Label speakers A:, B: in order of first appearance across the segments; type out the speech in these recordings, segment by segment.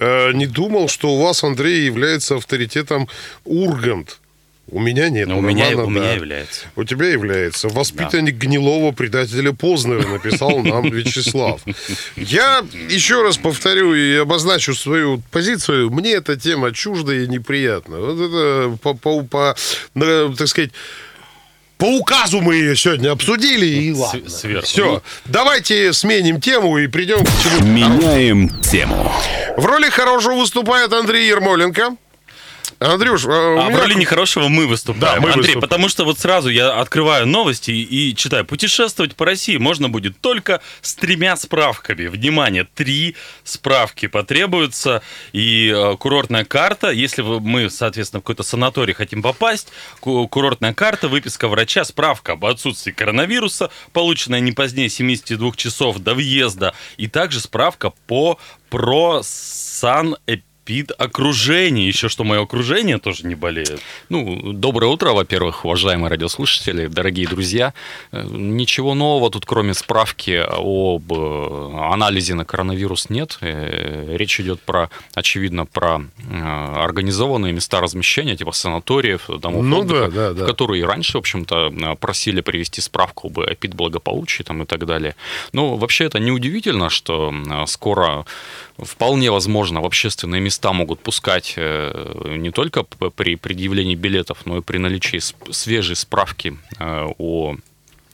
A: Э, думал, что у вас, Андрей, является авторитетом Ургант. У меня нет.
B: Ну, у меня,
A: Романа,
B: у меня
A: да.
B: является.
A: У тебя является. Воспитанник гнилого предателя Познера, написал нам Вячеслав. Я еще раз повторю и обозначу свою позицию. Мне эта тема чужда и неприятна. Вот это, по, по- по, на, так сказать, по указу мы ее сегодня обсудили, и ладно.
B: С- сверху.
A: Все, давайте сменим тему и придем к чему
C: Меняем тему.
A: В роли хорошего выступает Андрей Ермоленко. Андрюш, а у
B: А в
A: меня
B: роли нехорошего мы выступаем.
A: Да, мы
B: Андрей,
A: выступаем.
B: потому что вот сразу я открываю новости и, и читаю. Путешествовать по России можно будет только с тремя справками. Внимание, три справки потребуются. И э, курортная карта, если вы- мы, соответственно, в какой-то санаторий хотим попасть, ку- курортная карта, выписка врача, справка об отсутствии коронавируса, полученная не позднее 72 часов до въезда, и также справка по про пид окружение. Еще что мое окружение тоже не болеет.
D: Ну, доброе утро, во-первых, уважаемые радиослушатели, дорогие друзья. Э, Ничего нового тут, кроме справки об э, анализе на коронавирус, нет. Э, Речь идет про, очевидно, про э, организованные места размещения, типа санаториев, домов
A: Ну да,
D: отдыха,
A: да, да.
D: в которые и раньше, в общем-то, э, просили привести справку об эпидблагополучии там, и так далее. Но вообще это неудивительно, что э, скоро вполне возможно в общественные места могут пускать э, не только п- при предъявлении билетов, но и при наличии сп- свежей справки э, о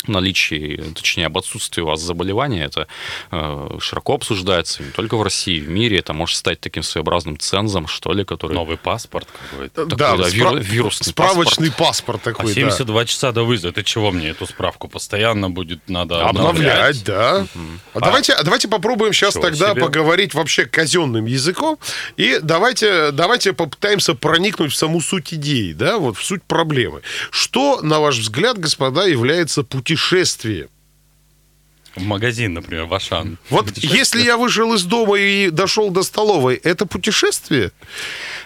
D: наличии, точнее, об отсутствии у вас заболевания, это э, широко обсуждается не только в России, в мире. Это может стать таким своеобразным цензом, что ли, который...
B: Новый паспорт какой-то.
A: Да,
D: такой, да,
A: спра-
D: виру- вирусный
A: справочный паспорт,
B: А
A: такой, да.
B: 72 часа до выезда. Это чего мне эту справку постоянно будет надо обновлять?
A: Обновлять, да. А давайте, а давайте попробуем сейчас
B: Ничего
A: тогда
B: себе.
A: поговорить вообще казенным языком. И давайте, давайте попытаемся проникнуть в саму суть идеи, да, вот в суть проблемы. Что, на ваш взгляд, господа, является путешествием?
B: В магазин, например, в Ашан. Ну,
A: Вот если я вышел из дома и дошел до столовой, это путешествие?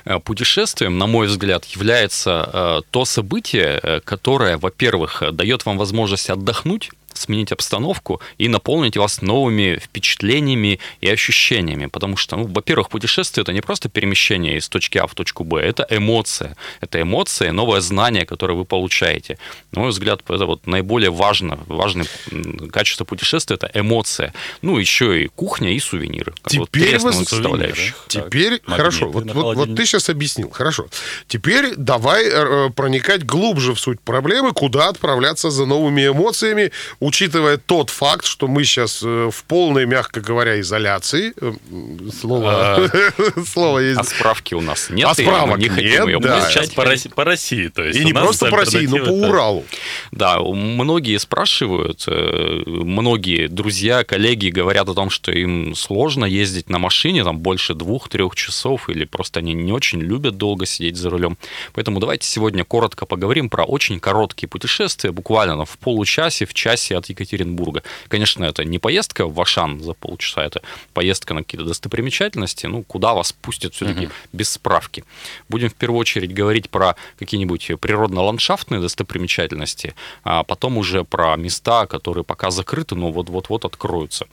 D: Э, путешествием, на мой взгляд, является э, то событие, э, которое, во-первых, э, дает вам возможность отдохнуть, сменить обстановку и наполнить вас новыми впечатлениями и ощущениями. Потому что, ну, во-первых, путешествие это не просто перемещение из точки А в точку Б, это эмоция. Это эмоция, новое знание, которое вы получаете. На мой взгляд, это вот наиболее важно, важное м, качество путешествия это эмоция. Ну, еще и кухня, и сувениры. Как бы вот
A: Теперь вы
D: треснула
A: за-
D: составляющих.
A: Теперь,
B: магниты
A: хорошо,
B: на
A: вот, вот, вот ты
B: холодильник.
A: сейчас объяснил, хорошо. Теперь давай э, э, проникать глубже в суть проблемы, куда отправляться за новыми эмоциями, учитывая тот факт, что мы сейчас в полной, мягко говоря, изоляции. Э, м, Слово, слово
D: А
A: есть.
D: справки у нас нет.
A: А
D: и
A: справок
D: мы не хотим
A: нет,
D: ее
A: да.
D: получать.
B: ну, Сейчас по России, по России, то есть.
A: И
B: у
A: не
B: нас
A: просто по России, но по
B: альтернатива это-
A: Уралу.
D: Да, у- многие спрашивают, э, многие друзья, коллеги говорят о том, что им сложно ездить на машине, там больше двух-трех часов, или просто они не очень любят долго сидеть за рулем. Поэтому давайте сегодня коротко поговорим про очень короткие путешествия, буквально там в получасе, в часе от Екатеринбурга. Конечно, это не поездка в Ашан за полчаса, это поездка на какие-то достопримечательности, ну, куда вас пустят все-таки без справки. Будем в первую очередь говорить про какие-нибудь природно-ландшафтные достопримечательности, а потом уже про места, которые пока закрыты, но вот-вот-вот откроются.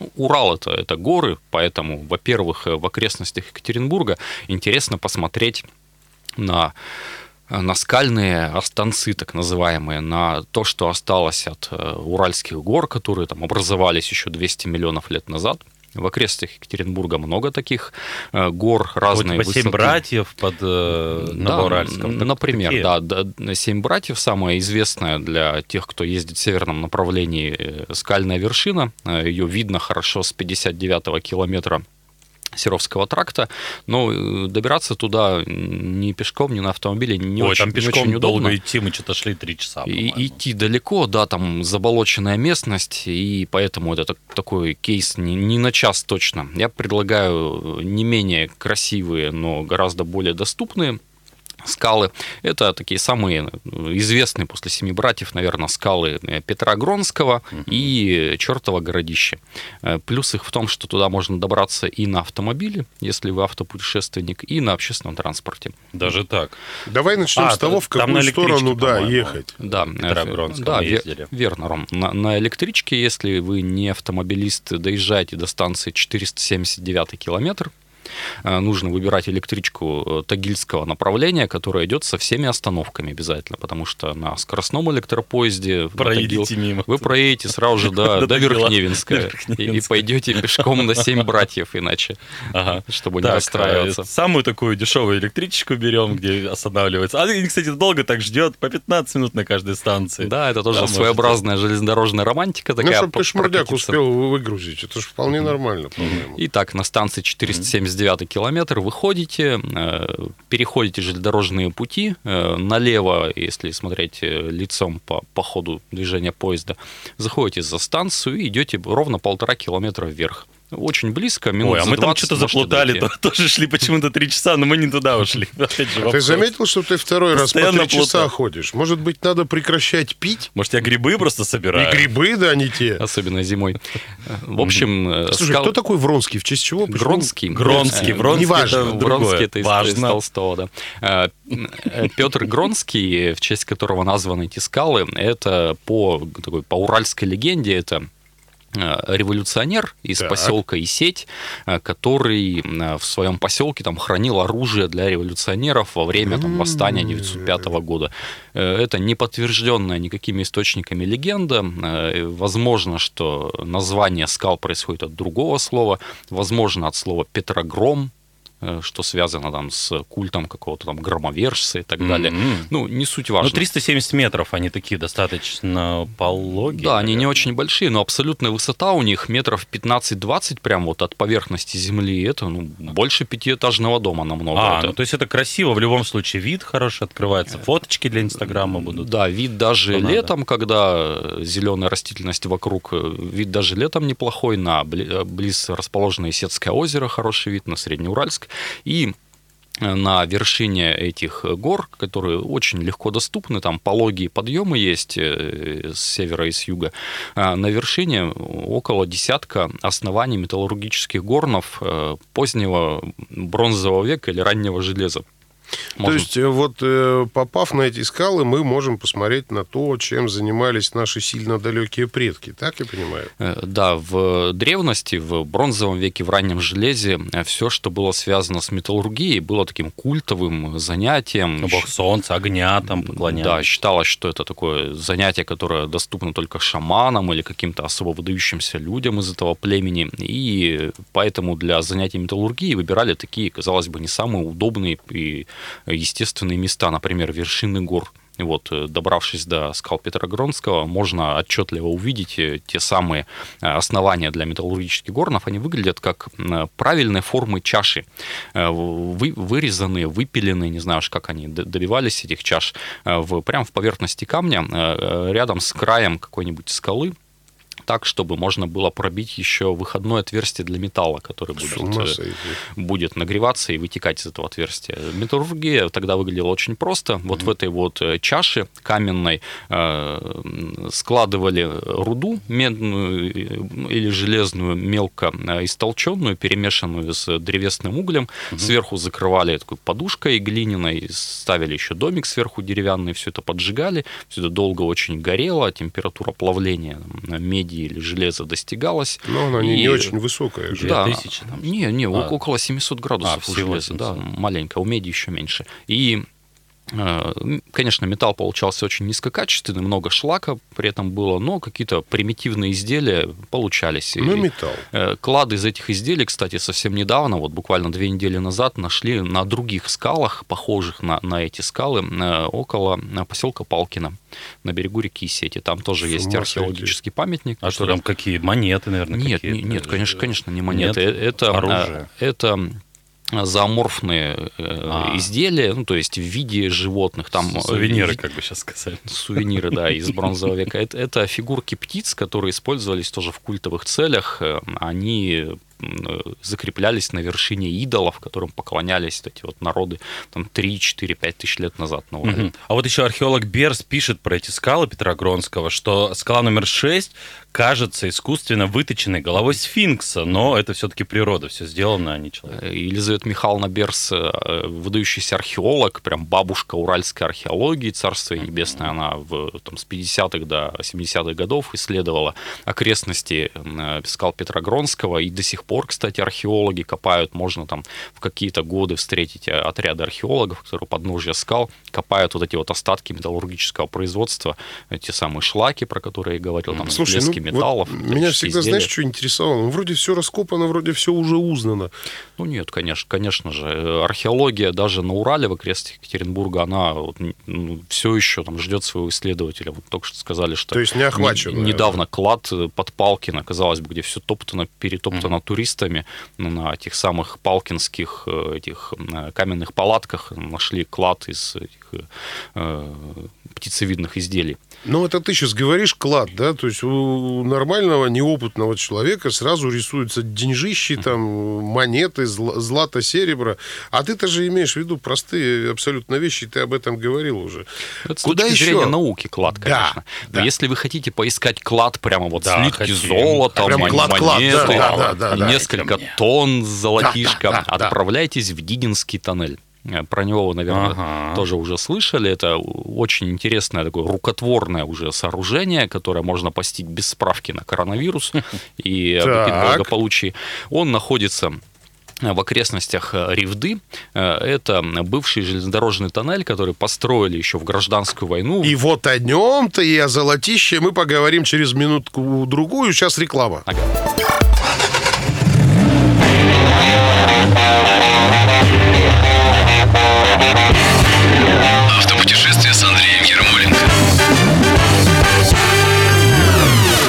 D: Ну, Урал это, это горы, поэтому, во-первых, э, в окрестностях Екатеринбурга интересно посмотреть на э, на скальные останцы, так называемые, на то, что осталось от э, Уральских гор, которые там образовались еще 200 миллионов лет назад. В окрестностях Екатеринбурга много таких э, гор
B: Вот
D: разной
B: типа семь
D: высоты.
B: братьев под э, Новоуральском.
D: н-
B: Так-
D: Например,
B: такие.
D: да, да, «Семь братьев» самая известная для тех, кто ездит в северном направлении э, скальная вершина. Э, Ее видно хорошо с 59-го километра Серовского тракта, но э, добираться туда ни пешком, ни на автомобиле не,
B: Ой,
D: очень,
B: там
D: не
B: пешком
D: очень удобно.
B: долго идти, мы что-то шли три часа.
D: И-
B: по-моему.
D: идти далеко, да, там заболоченная местность, и поэтому это так- такой кейс не, не на час точно. Я предлагаю э, не менее красивые, но гораздо более доступные скалы. Это такие самые э, известные после «Семи братьев», наверное, скалы э, Петра Гронского и Чертова городище. Э, Плюс их в том, что туда можно добраться и на автомобиле, если вы автопутешественник, и на общественном транспорте.
B: Даже так.
A: Давай начнем
B: А,
A: с того, в
B: там на
A: какую сторону
B: электричке,
A: да,
B: по-моему.
A: ехать.
D: Да,
B: Петра
D: э,
B: Гронского
D: да,
B: мы
D: ве-
B: ездили.
D: верно, Ром. На, на электричке, если вы не автомобилист, доезжаете до станции 479 километр, э, нужно выбирать электричку э, тагильского направления, которая идет со всеми остановками обязательно, потому что на скоростном электропоезде на Тагил-
B: Проедете мимо.
D: вы проедете сразу же
B: До
D: до, до
B: Тагила.
D: Верхневинска
B: До
D: и,
B: Верхневинска.
D: и пойдете пешком на семь братьев иначе,
B: Ага.
D: чтобы не
B: Так,
D: расстраиваться.
B: э, самую такую дешевую электричку берем, где останавливается. А, и, кстати, долго так ждет, по 15 минут на каждой станции.
D: Да, это тоже
B: Да, можете.
D: своеобразная железнодорожная романтика
A: Ну,
D: такая.
A: чтобы ты
D: по-
A: шмурдяк
D: прокатиться.
A: успел выгрузить. Это же вполне нормально, по-моему.
D: Итак, на станции 479 километр выходите, э, переходите железнодорожные пути. э, Налево, если смотреть э, лицом по, по ходу движения поезда, заходите за станцию и идете ровно полтора километра вверх. Очень близко, минут
B: Ой, а
D: за
B: мы там
D: 20
B: что-то
D: можете
B: заплутали,
D: дойти.
B: то- тоже шли почему-то три часа, но мы не туда ушли. Опять же,
A: Ты
B: вопрос.
A: заметил, что ты второй раз по
B: Постоянно
A: три часа
B: плутаю.
A: ходишь? Может быть, надо прекращать пить?
B: Может, я грибы просто собираю?
A: И грибы, да, не те.
D: Особенно зимой. В общем, э,
A: Слушай,
D: скал-
A: кто такой Вронский? В честь чего? Почему?
D: Гронский.
B: Гронский,
D: Э,
B: Вронский
A: неважно.
B: это другое.
D: Гронский это из, из
B: Важно.
D: Толстого, да. Э, Петр Гронский, в честь которого названы эти скалы, это по такой по уральской легенде это э, революционер из
A: Так.
D: поселка Исеть, э, который э, в своем поселке там хранил оружие для революционеров во время там, восстания 905 года. Э, Это не подтвержденная никакими источниками легенда. Э, Возможно, что название скал происходит от другого слова, возможно, от слова Петрогром, э, что связано там с культом какого-то там громовержца и так далее.
B: Мгм.
D: Ну, не суть
B: М-м-м. Ну,
D: важно.
B: 370 метров, они такие достаточно пологие.
D: Да, они не
B: наверное.
D: очень большие, но абсолютная высота у них метров 15-20 прям вот от поверхности земли. Это ну, больше пятиэтажного дома намного.
B: А,
D: Это- Э,
B: ну то есть это красиво, в любом случае вид хороший открывается, фоточки для Инстаграма будут.
D: Да, вид даже
B: Что надо.
D: летом, когда зеленая растительность вокруг, э, вид даже летом неплохой. На бли- э, близ расположенное Сетское озеро хороший вид, на Среднеуральск. И э, на вершине этих э, гор, которые очень легко доступны, там пологие подъемы есть э, с севера и с юга, а на вершине около десятка оснований металлургических горнов э, позднего бронзового века или раннего железа.
A: То
D: Можно-
A: есть, э, вот э, попав на эти скалы, мы можем посмотреть на то, чем занимались наши сильно далекие предки. Так я понимаю?
D: Э, Да, в древности, в бронзовом веке, в раннем железе, все, что было связано с металлургией, было таким культовым занятием.
B: Ну, Бог солнца, огня там
D: Да,
B: поклоняются.
D: считалось, что это такое занятие, которое доступно только шаманам или каким-то особо выдающимся людям из этого племени. И поэтому для занятий металлургии выбирали такие, казалось бы, не самые удобные и естественные места, например, вершины гор. И Вот, э, добравшись до скал Петрогронского, можно отчетливо увидеть э, те самые э, основания для металлургических горнов. Они выглядят как м, правильной формы чаши. Э, вы- вырезанные, выпиленные, не знаю уж, как они д- добивались этих чаш, э, в, прямо в поверхности камня, э, э, рядом с краем какой-нибудь скалы, так, чтобы можно было пробить еще выходное отверстие для металла, который
A: С
D: будет,
A: ума
D: э,
A: сойти.
D: будет нагреваться и вытекать из этого отверстия. Металлургия тогда выглядела очень просто. Вот в этой вот э, чаше каменной э, м, складывали руду медную э, или железную мелко э, истолченную, перемешанную с древесным углем. Сверху закрывали такой подушкой глиняной, ставили еще домик сверху деревянный, все это поджигали. Все это долго очень горело, температура плавления м, меди или железа достигалась.
A: Но она не, не
D: И-
A: очень высокая же.
D: Да.
B: 2000 там.
D: Не, не, о-
B: А.
D: около 700 градусов
B: А,
D: у
B: всего
D: железа, да,
B: 700.
D: маленько, у меди еще меньше. И, э, м, конечно, металл получался очень низкокачественный, много шлака при этом было, но какие-то примитивные изделия получались.
A: Ну,
D: И,
A: металл.
D: э, Клады из этих изделий, кстати, совсем недавно, вот буквально две недели назад, нашли на других скалах, похожих на, на эти скалы, э, около э, поселка Палкина, на берегу реки Сети. Там тоже
A: С
D: есть
A: ума
D: археологический памятник.
B: А что
D: который-
B: там, какие монеты, наверное,
D: нет, не-
B: какие-то?
D: э,
B: э,
D: нет, конечно, конечно, не монеты.
B: Нет,
D: Э, это а,
B: оружие.
D: Это зооморфные э,
B: А.
D: изделия, ну, то есть в виде животных. Там э,
B: Сувениры,
D: ви-
B: как бы сейчас сказали.
D: Сувениры, да, из бронзового века. Это, это фигурки птиц, которые использовались тоже в культовых целях. Э, Они м, э, закреплялись на вершине идолов, которым поклонялись эти вот народы там 3, 4, 5 тысяч лет назад ну, на Урале.
B: Мгм. А вот еще археолог Берс пишет про эти скалы Петрогронского, что скала номер 6 кажется искусственно выточенной головой сфинкса, но это все-таки природа, все сделано, а не человек.
D: Елизавета Михайловна Берс, э, выдающийся археолог, прям бабушка уральской археологии, царство ей небесное, она в, там, с 50-х до 70-х годов исследовала окрестности э, скал Петрогронского и до сих пор, кстати, археологи копают. Можно там в какие-то годы встретить э, отряды археологов, которые у подножья скал копают вот эти вот остатки металлургического производства, э, те самые шлаки, про которые я говорил, там
A: Слушай, ну, вот
D: всплески металлов.
A: меня всегда,
D: металлические изделия.
A: знаешь, что интересовало? Ну, вроде все раскопано, вроде все уже узнано.
D: Ну нет, конечно, конечно же. Э, Археология даже на Урале, в окрестностях Екатеринбурга, она все еще там ждет своего исследователя. Вот только что сказали, что...
A: То есть не охвачено.
D: н- Недавно клад э, под Палкино, казалось бы, где все топтано, перетоптано туристами, ну, на этих самых палкинских э, этих м, э, каменных палатках нашли клад из этих э, э, птицевидных изделий.
A: Ну, это ты сейчас говоришь клад, да? То есть у нормального, неопытного человека сразу рисуются деньжищи, там, монеты, зла- злато, серебро. А ты-то же имеешь в виду простые абсолютно вещи, ты об этом говорил уже.
D: Это с
A: Куда
D: точки
A: еще?
D: зрения науки клад, конечно.
A: да.
D: Но если вы хотите поискать клад прямо вот
B: Да,
D: слитки
B: хотим.
D: золота,
A: Прям
D: мон-
A: клад-клад,
D: монеты,
A: да, да, да, да,
D: несколько
B: дайте мне.
D: тонн
A: Да,
D: золотишка,
A: да, да, да.
D: отправляйтесь в Дидинский тоннель. Э, Про него вы, наверное,
A: А.
B: Ага.
D: тоже уже слышали. Это очень интересное такое рукотворное уже сооружение, которое можно постить без справки на коронавирус и
A: Хм. Так.
D: обратить благополучие. Он находится в окрестностях э, Ревды. Э, Это бывший железнодорожный тоннель, который построили еще в гражданскую войну.
A: И вот о нем-то и о золотище мы поговорим через минутку-другую. Сейчас реклама.
C: Автопутешествие с Андреем Ермоленко.
D: Э,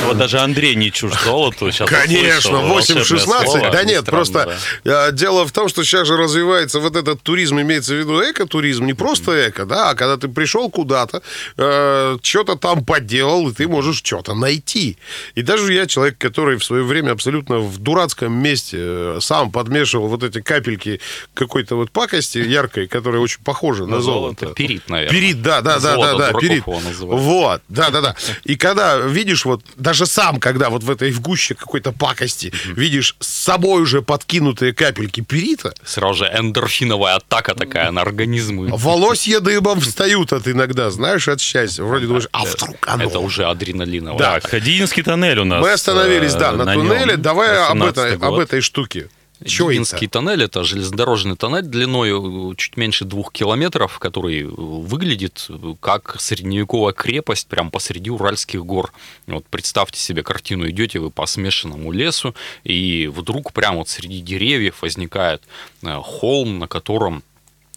B: Вот даже Андрей не чужд золоту. Сейчас
A: Конечно,
B: услышал волшебное
A: 8-16.
B: слово.
A: Да нет,
B: Странно,
A: просто
B: да.
A: э, дело в том, что сейчас же развивается вот этот туризм, имеется в виду экотуризм, не просто эко, да, а когда ты пришел куда-то, что-то там поделал, и ты можешь что-то найти. И даже я, человек, который в свое время абсолютно в дурацком месте э, сам подмешивал вот эти капельки какой-то вот пакости яркой, которая очень похожа на,
B: На золото.
A: золото.
D: Перит, наверное.
A: Перит, да, да, да, да,
D: Золото
A: да,
D: дураков
A: перит.
D: его называют.
A: Вот, да, да, да. И когда видишь, вот даже сам, когда вот в этой в гуще какой-то пакости, видишь с собой уже подкинутые капельки перита,
D: Сразу же эндорфиновая атака такая на организмы.
A: волосья дыбом встают от иногда, знаешь, от счастья. Вроде думаешь, а вдруг оно?
D: Это уже адреналиновая.
A: Да.
B: Так, Ходиинский тоннель у нас.
A: Мы остановились, да,
B: э,
A: на,
B: нем.
A: туннеле. Давай об,
B: 18-й
A: этой- об
B: год.
A: этой штуке. Чё это?
D: Дидинский тоннель – это железнодорожный тоннель длиной э, чуть меньше двух километров, который э, выглядит э, как средневековая крепость прямо посреди Уральских гор. Вот представьте себе картину, идете вы по смешанному лесу, и вдруг прямо вот среди деревьев возникает э, холм, на котором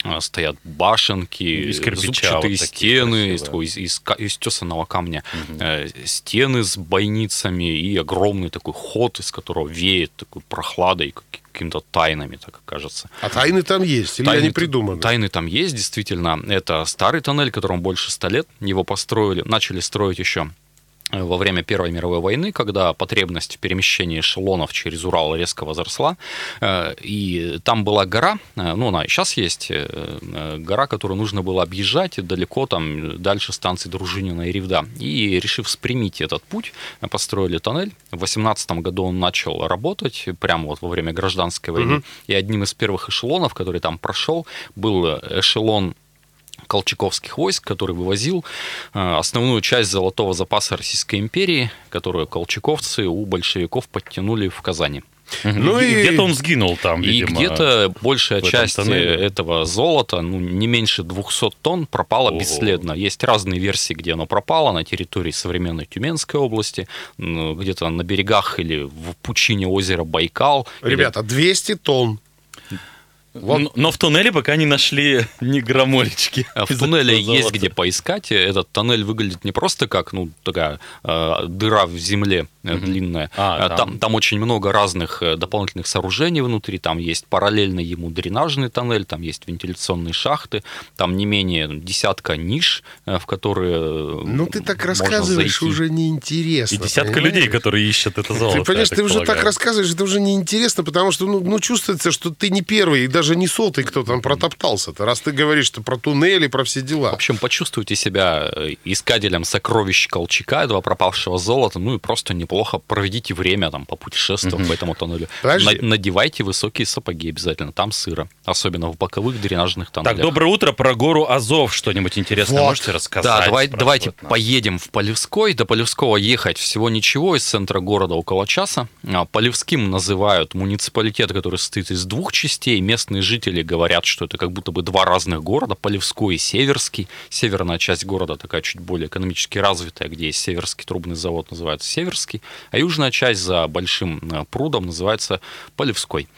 D: э, стоят башенки,
B: Из кирпича
D: зубчатые
B: вот такие
D: стены из,
B: красивые.
D: такой- из, из ка- из тесаного камня, э, стены с бойницами и огромный такой ход, из которого веет такой прохладой, как- какими-то тайнами, так кажется.
A: А тайны там есть, или
D: Тайны-
A: они придуманы?
D: Тайны там есть, действительно. Это старый тоннель, которому больше ста лет. Его построили, начали строить еще э, во время Первой мировой войны, когда потребность в перемещении эшелонов через Урал резко возросла. Э, И там была гора, э, ну, она и сейчас есть, э, э, гора, которую нужно было объезжать и далеко там, э, дальше станции Дружинина и Ревда. И, решив спрямить этот путь, э, построили тоннель. В 18 году он начал работать, прямо вот во время гражданской войны. И одним из первых эшелонов, который там прошел, был э, эшелон колчаковских войск, который вывозил э, основную часть золотого запаса Российской империи, которую колчаковцы у большевиков подтянули в Казани.
B: Ну
A: Ну и-
B: и где-то он сгинул там,
D: И
B: видимо.
D: где-то большая
B: в этом
D: часть э,
B: тоннеле.
D: этого золота, ну, не меньше 200 тонн, пропала
B: Ого.
D: бесследно. Есть разные версии, где оно пропало, на территории современной Тюменской области, ну, где-то на берегах или в пучине озера Байкал. или
A: Ребята, 200 тонн.
B: Но, но в туннеле пока не нашли ни граммолечки.
D: А В
B: из
D: туннеле
B: этого
D: есть
B: золота.
D: где поискать. Этот тоннель выглядит не просто как ну такая э, дыра в земле э, длинная.
B: А,
D: Э,
B: там.
D: там. Там, очень много разных э, дополнительных сооружений внутри. Там есть параллельно ему дренажный тоннель, там есть вентиляционные шахты, там не менее десятка ниш, э, в которые э,
A: Ну, ты так
D: можно
A: рассказываешь,
D: зайти.
A: уже неинтересно.
B: И десятка
A: понимаешь?
B: людей, которые ищут это золото.
A: Ты понимаешь,
B: я
A: ты уже так
B: полагаю.
A: рассказываешь, это уже неинтересно, потому что, ну, ну, чувствуется, что ты не первый, и даже не сотый, кто там протоптался-то, раз ты говоришь-то про туннели, про все
D: В
A: дела.
D: общем, почувствуйте себя э, искателем сокровищ Колчака, этого пропавшего золота, ну и просто неплохо проведите время там, попутешествовав по этому тоннелю.
A: Подожди.
D: На- надевайте высокие сапоги обязательно, там сыро, особенно в боковых дренажных тоннелях.
B: Так, доброе утро. Про гору Азов что-нибудь интересное
A: Вот.
B: можете рассказать?
D: Да, давай-
B: Спрашивают
D: давайте
B: нас.
D: поедем в Полевской. До Полевского ехать всего ничего, из центра города около часа. А, Полевским называют муниципалитет, который состоит из двух частей. Местные жители говорят, что это как будто бы два разных города, Полевской и Северский. Северная часть города такая чуть более экономически развитая, где есть Северский трубный завод, называется Северский. А южная часть за Большим э, прудом называется Полевской.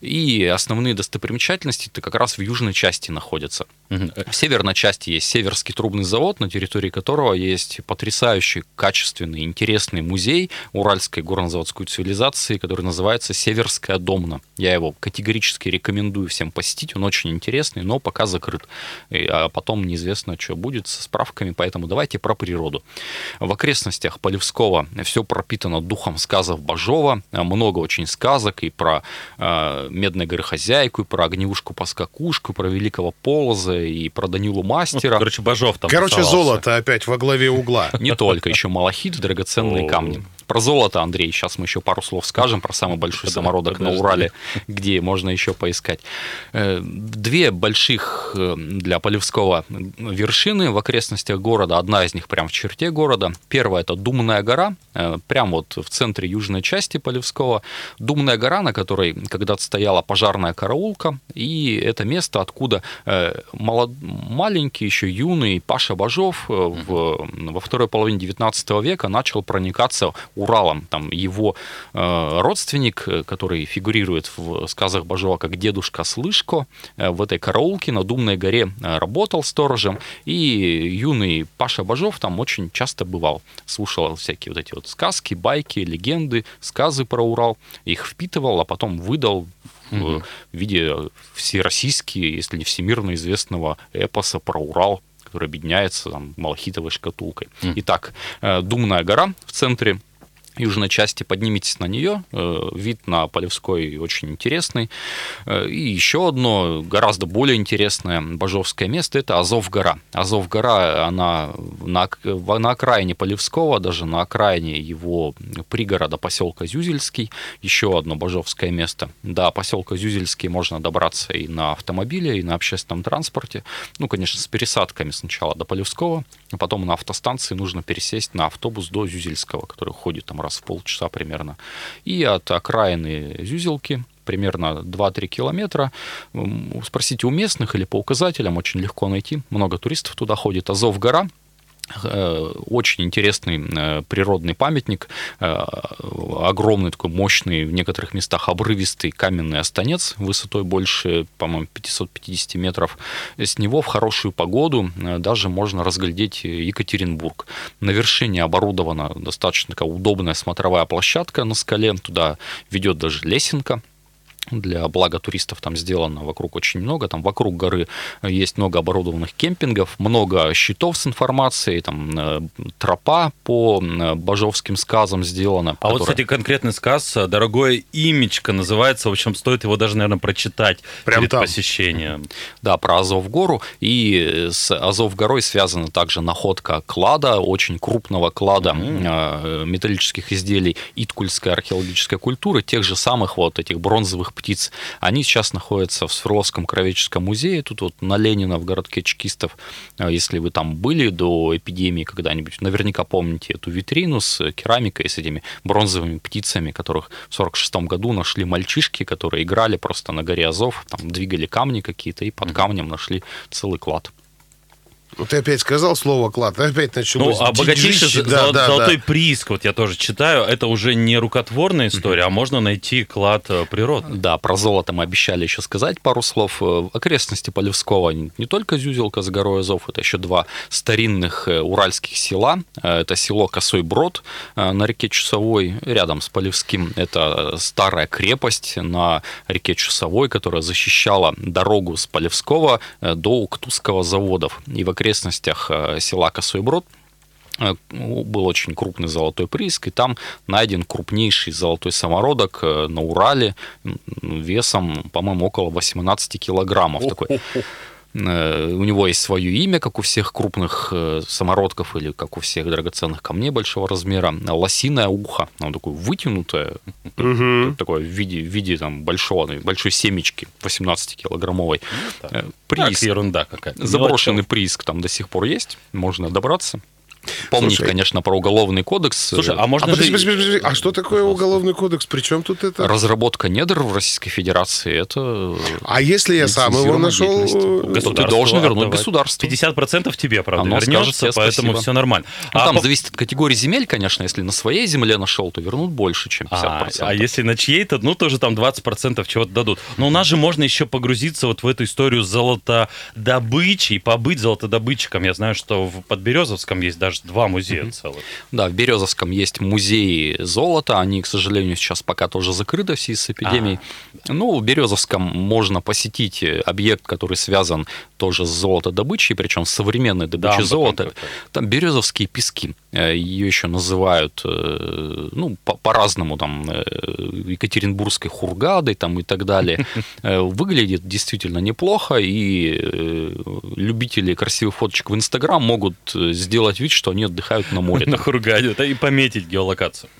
D: И основные достопримечательности-то как раз в южной части находятся.
B: Мгм.
D: В северной части есть Северский трубный завод, на территории которого есть потрясающий, качественный, интересный музей уральской горнозаводской цивилизации, который называется Северская домна. Я его категорически рекомендую всем посетить, он очень интересный, но пока закрыт. И, а потом неизвестно, что будет со справками, поэтому давайте про природу. В окрестностях Полевского все пропитано духом сказов Бажова, Э, много очень сказок и про э, Медной горохозяйку, и про Огневушку-поскакушку, и про Великого Полоза, и про Данилу Мастера.
B: Короче, Бажов там
A: Короче,
B: тусовался.
A: золото опять во главе угла.
D: Не только, еще малахит, драгоценные
B: О.
D: камни. Про золото, Андрей, сейчас мы еще пару слов скажем про самый большой
B: Подожди,
D: самородок на
B: подожди.
D: Урале, где можно еще поискать. Э, Две больших э, для Полевского вершины в окрестностях города, одна из них прямо в черте города. Первая – это Думная гора, э, прямо вот в центре южной части Полевского. Думная гора, на которой когда-то стояла пожарная караулка, и это место, откуда э, молод- маленький, еще юный Паша Бажов э, в, во второй половине 19 века начал проникаться Уралом. Там его э, родственник, э, который фигурирует в сказах Бажова как дедушка Слышко, э, в этой караулке на Думной горе э, работал сторожем, и юный Паша Бажов там очень часто бывал. Слушал всякие вот эти вот сказки, байки, легенды, сказы про Урал, их впитывал, а потом выдал в, э, в виде всероссийские, если не всемирно известного эпоса про Урал, который объединяется там, малахитовой шкатулкой. Итак, э, Думная гора в центре южной части, поднимитесь на нее, э, вид на Полевской очень интересный. Э, И еще одно гораздо более интересное бажовское место – это Азов-гора. Азов-гора, она на, ок- в- на окраине Полевского, даже на окраине его пригорода поселка Зюзельский, еще одно бажовское место. До поселка Зюзельский можно добраться и на автомобиле, и на общественном транспорте. Ну, конечно, с пересадками сначала до Полевского, а потом на автостанции нужно пересесть на автобус до Зюзельского, который ходит там раз в полчаса примерно. И от окраины Зюзелки примерно 2-3 километра. М, Спросите у местных или по указателям, очень легко найти. Много туристов туда ходит. Азов-гора, Э, очень интересный э, природный памятник, э, огромный такой мощный, в некоторых местах обрывистый каменный останец высотой больше, по-моему, 550 метров. С него в хорошую погоду э, даже можно разглядеть э, Екатеринбург. На вершине оборудована достаточно такая удобная смотровая площадка на скале, туда ведет даже лесенка для блага туристов там сделано вокруг очень много. Там вокруг горы э, есть много оборудованных кемпингов, много щитов с информацией, там э, тропа по э, бажовским сказам сделана.
B: А вот,
D: которая-
B: кстати, конкретный сказ э, «Дорогое имечко» называется. В общем, стоит его даже, наверное, прочитать
A: Прям
B: перед
A: там.
B: посещением.
D: Да, про Азов-гору. И э, с Азов-горой связана также находка клада, очень крупного клада э, металлических изделий иткульской археологической культуры, тех же самых вот этих бронзовых птиц. Они сейчас находятся в Свердловском кровеческом музее, тут вот на Ленина в городке Чекистов. Э, Если вы там были до эпидемии когда-нибудь, наверняка помните эту витрину с э, керамикой, с этими бронзовыми птицами, которых в 1946 году нашли мальчишки, которые играли просто на горе Азов, там двигали камни какие-то, и под камнем нашли целый клад.
A: Ну, Ты опять сказал слово клад, опять
B: Ну,
A: началось.
B: а богатейший
A: дичище.
B: зо-
A: Да, да,
B: золо-
A: да.
B: золотой прииск, вот я тоже читаю, это уже не рукотворная история, а можно найти клад э, природный.
D: Да, про золото мы обещали еще сказать пару слов. Э, В окрестности Полевского не не только Зюзелка с горой Азов, это еще два старинных э, уральских села. Э, Это село Косой Брод э, на реке Чусовой, рядом с Полевским. Это старая крепость на реке Чусовой, которая защищала дорогу с Полевского э, до Уктусского заводов. И в окрестностях э, села Косой Брод э, был очень крупный золотой прииск, и там найден крупнейший золотой самородок э, на Урале м, весом, по-моему, около 18 килограммов. Такой Э, у него есть свое имя, как у всех крупных э, самородков или как у всех драгоценных камней большого размера. Лосиное ухо. Оно такое вытянутое,
A: Мгм.
D: такое в виде, в виде там, большого, большой семечки 18-килограммовой.
B: так.
D: Э,
B: Так,
D: Прииск.
B: ерунда какая-то. Ну,
D: Заброшенный прииск там до сих пор есть. Можно добраться. Помнить,
A: Слушай.
D: конечно, про уголовный кодекс.
B: Слушай,
D: Э,
B: а
A: А,
B: можно
A: подожди,
B: же...
A: подожди, подожди, а что такое уголовный кодекс? Причем тут это?
D: а Разработка недр в Российской Федерации это. ну,
A: А если я сам его
D: лицензированная
A: нашел?
D: деятельность.
A: э,
D: Государство
B: Государству
D: ты должен вернуть
B: отдавать.
D: государству.
B: 50% тебе, правда,
D: Оно скажет
B: вернется,
D: тебе
B: поэтому
D: спасибо.
B: все нормально.
D: Ну,
B: а
D: там
B: по-
D: зависит от категории земель, конечно. Если на своей земле нашел, то вернут больше, чем 50%.
B: А, а если на чьей-то, ну, тоже там 20% чего-то дадут. Но у нас же можно еще погрузиться вот в эту историю с золотодобычей, побыть золотодобытчиком. Я знаю, что в Подберезовском есть даже два музея целых.
D: Да, в Березовском есть музей золота. Они, к сожалению, сейчас пока тоже закрыты в связи с эпидемией. Ну, в Березовском можно посетить э, объект, который связан тоже с золотодобычей, причем с современной
B: Дамба
D: добычей
B: там
D: золота.
B: какая-то.
D: Там березовские пески. Э, Ее еще называют, э, ну, по- по-разному, там, э, екатеринбургской хургадой там, и так далее. Э, Выглядит действительно неплохо, и э, любители красивых фоточек в Инстаграм могут э, сделать вид, что они отдыхают на море.
B: На Хургаде, да, и пометить геолокацию.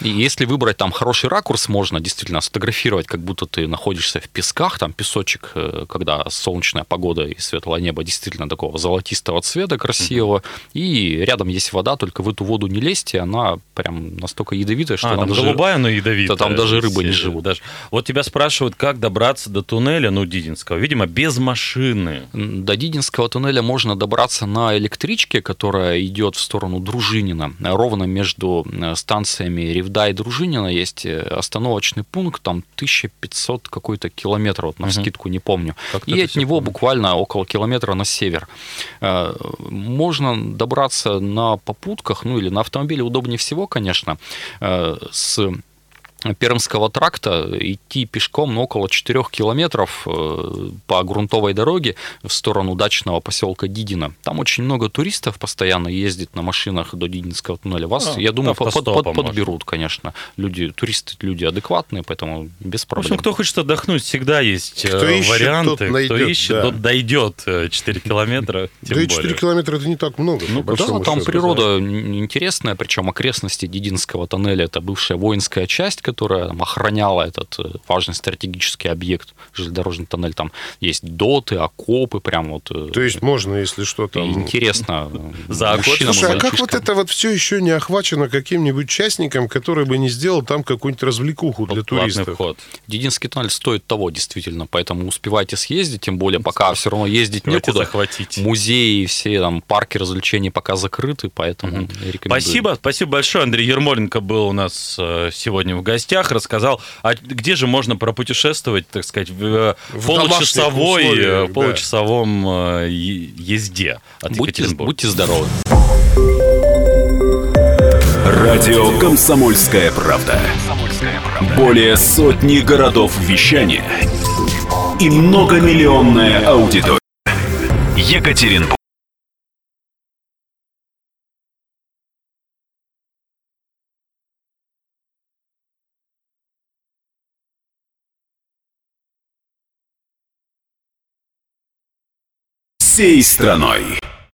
D: И если выбрать там хороший ракурс, можно действительно сфотографировать, как будто ты находишься в песках, там песочек, э, когда солнечная погода и светлое небо действительно такого золотистого цвета красивого, и рядом есть вода, только в эту воду не лезьте, она прям настолько ядовитая, что
B: а,
D: она
B: там
D: даже-
B: голубая, но ядовитая.
D: Да там даже рыбы не
B: Э,
D: живут.
B: Даже. Вот тебя спрашивают, как добраться до туннеля, ну, Дидинского. Видимо, без машины.
D: М, До Дидинского туннеля можно добраться на электричке, которая идет в сторону Дружинина. Ровно между э, станциями Ревда и Дружинина есть э, остановочный пункт, там 1500 какой-то километров, вот на
B: Мгм.
D: вскидку не помню.
B: Как-то
D: и
B: это
D: от
B: всё
D: него
B: помню.
D: буквально около километра на север. Э, Можно добраться на попутках, ну или на автомобиле удобнее всего, конечно, э, с Пермского тракта идти пешком ну, около 4 километров э, по грунтовой дороге в сторону дачного поселка Дидина. Там очень много туристов постоянно ездит на машинах до Дидинского туннеля. Вас,
B: А,
D: я думаю, под- под-
B: автостопом можно.
D: подберут, конечно. Люди, туристы, люди адекватные, поэтому без
B: В общем,
D: проблем.
B: кто хочет отдохнуть, всегда есть э,
A: Кто ищет, тот
B: варианты. кто
A: найдет,
B: ищет,
A: да.
B: тот дойдет э, 4 километра. Тем
A: Да и
B: более. Ну,
A: 4 километра это не так много. по
D: Ну, Да,
A: большому
D: там
A: счету.
D: природа н- интересная, причем окрестности Дидинского тоннеля это бывшая воинская часть, которая там охраняла этот э, важный стратегический объект железнодорожный тоннель. Там есть доты, окопы, прям вот. э,
A: То есть можно, если что,
D: и
A: там...
D: интересно.
B: За окоп-
D: мужчинам и
A: Слушай, а как
D: мальчишкам.
A: вот это вот все еще не охвачено каким-нибудь частником, который бы не сделал там какую-нибудь развлекуху для
B: Платный
A: туристов?
B: вход.
D: Дидинский тоннель стоит того, действительно, поэтому успевайте съездить, тем более пока все равно ездить
B: Давайте
D: некуда.
B: захватить.
D: Музеи и все там парки развлечений пока закрыты, поэтому рекомендую.
B: Спасибо, спасибо большое. Андрей Ермоленко был у нас э, сегодня в гостях, рассказал, а где же можно пропутешествовать, так сказать, в, э,
A: В
B: получасовой,
A: домашних
B: э,
A: условиях, да.
B: получасовом э, е- езде от
D: Будьте,
B: Екатеринбурга.
D: будьте здоровы.
E: Радио «Комсомольская правда». Более сотни городов вещания и многомиллионная аудитория. Екатеринбург. Всей страной.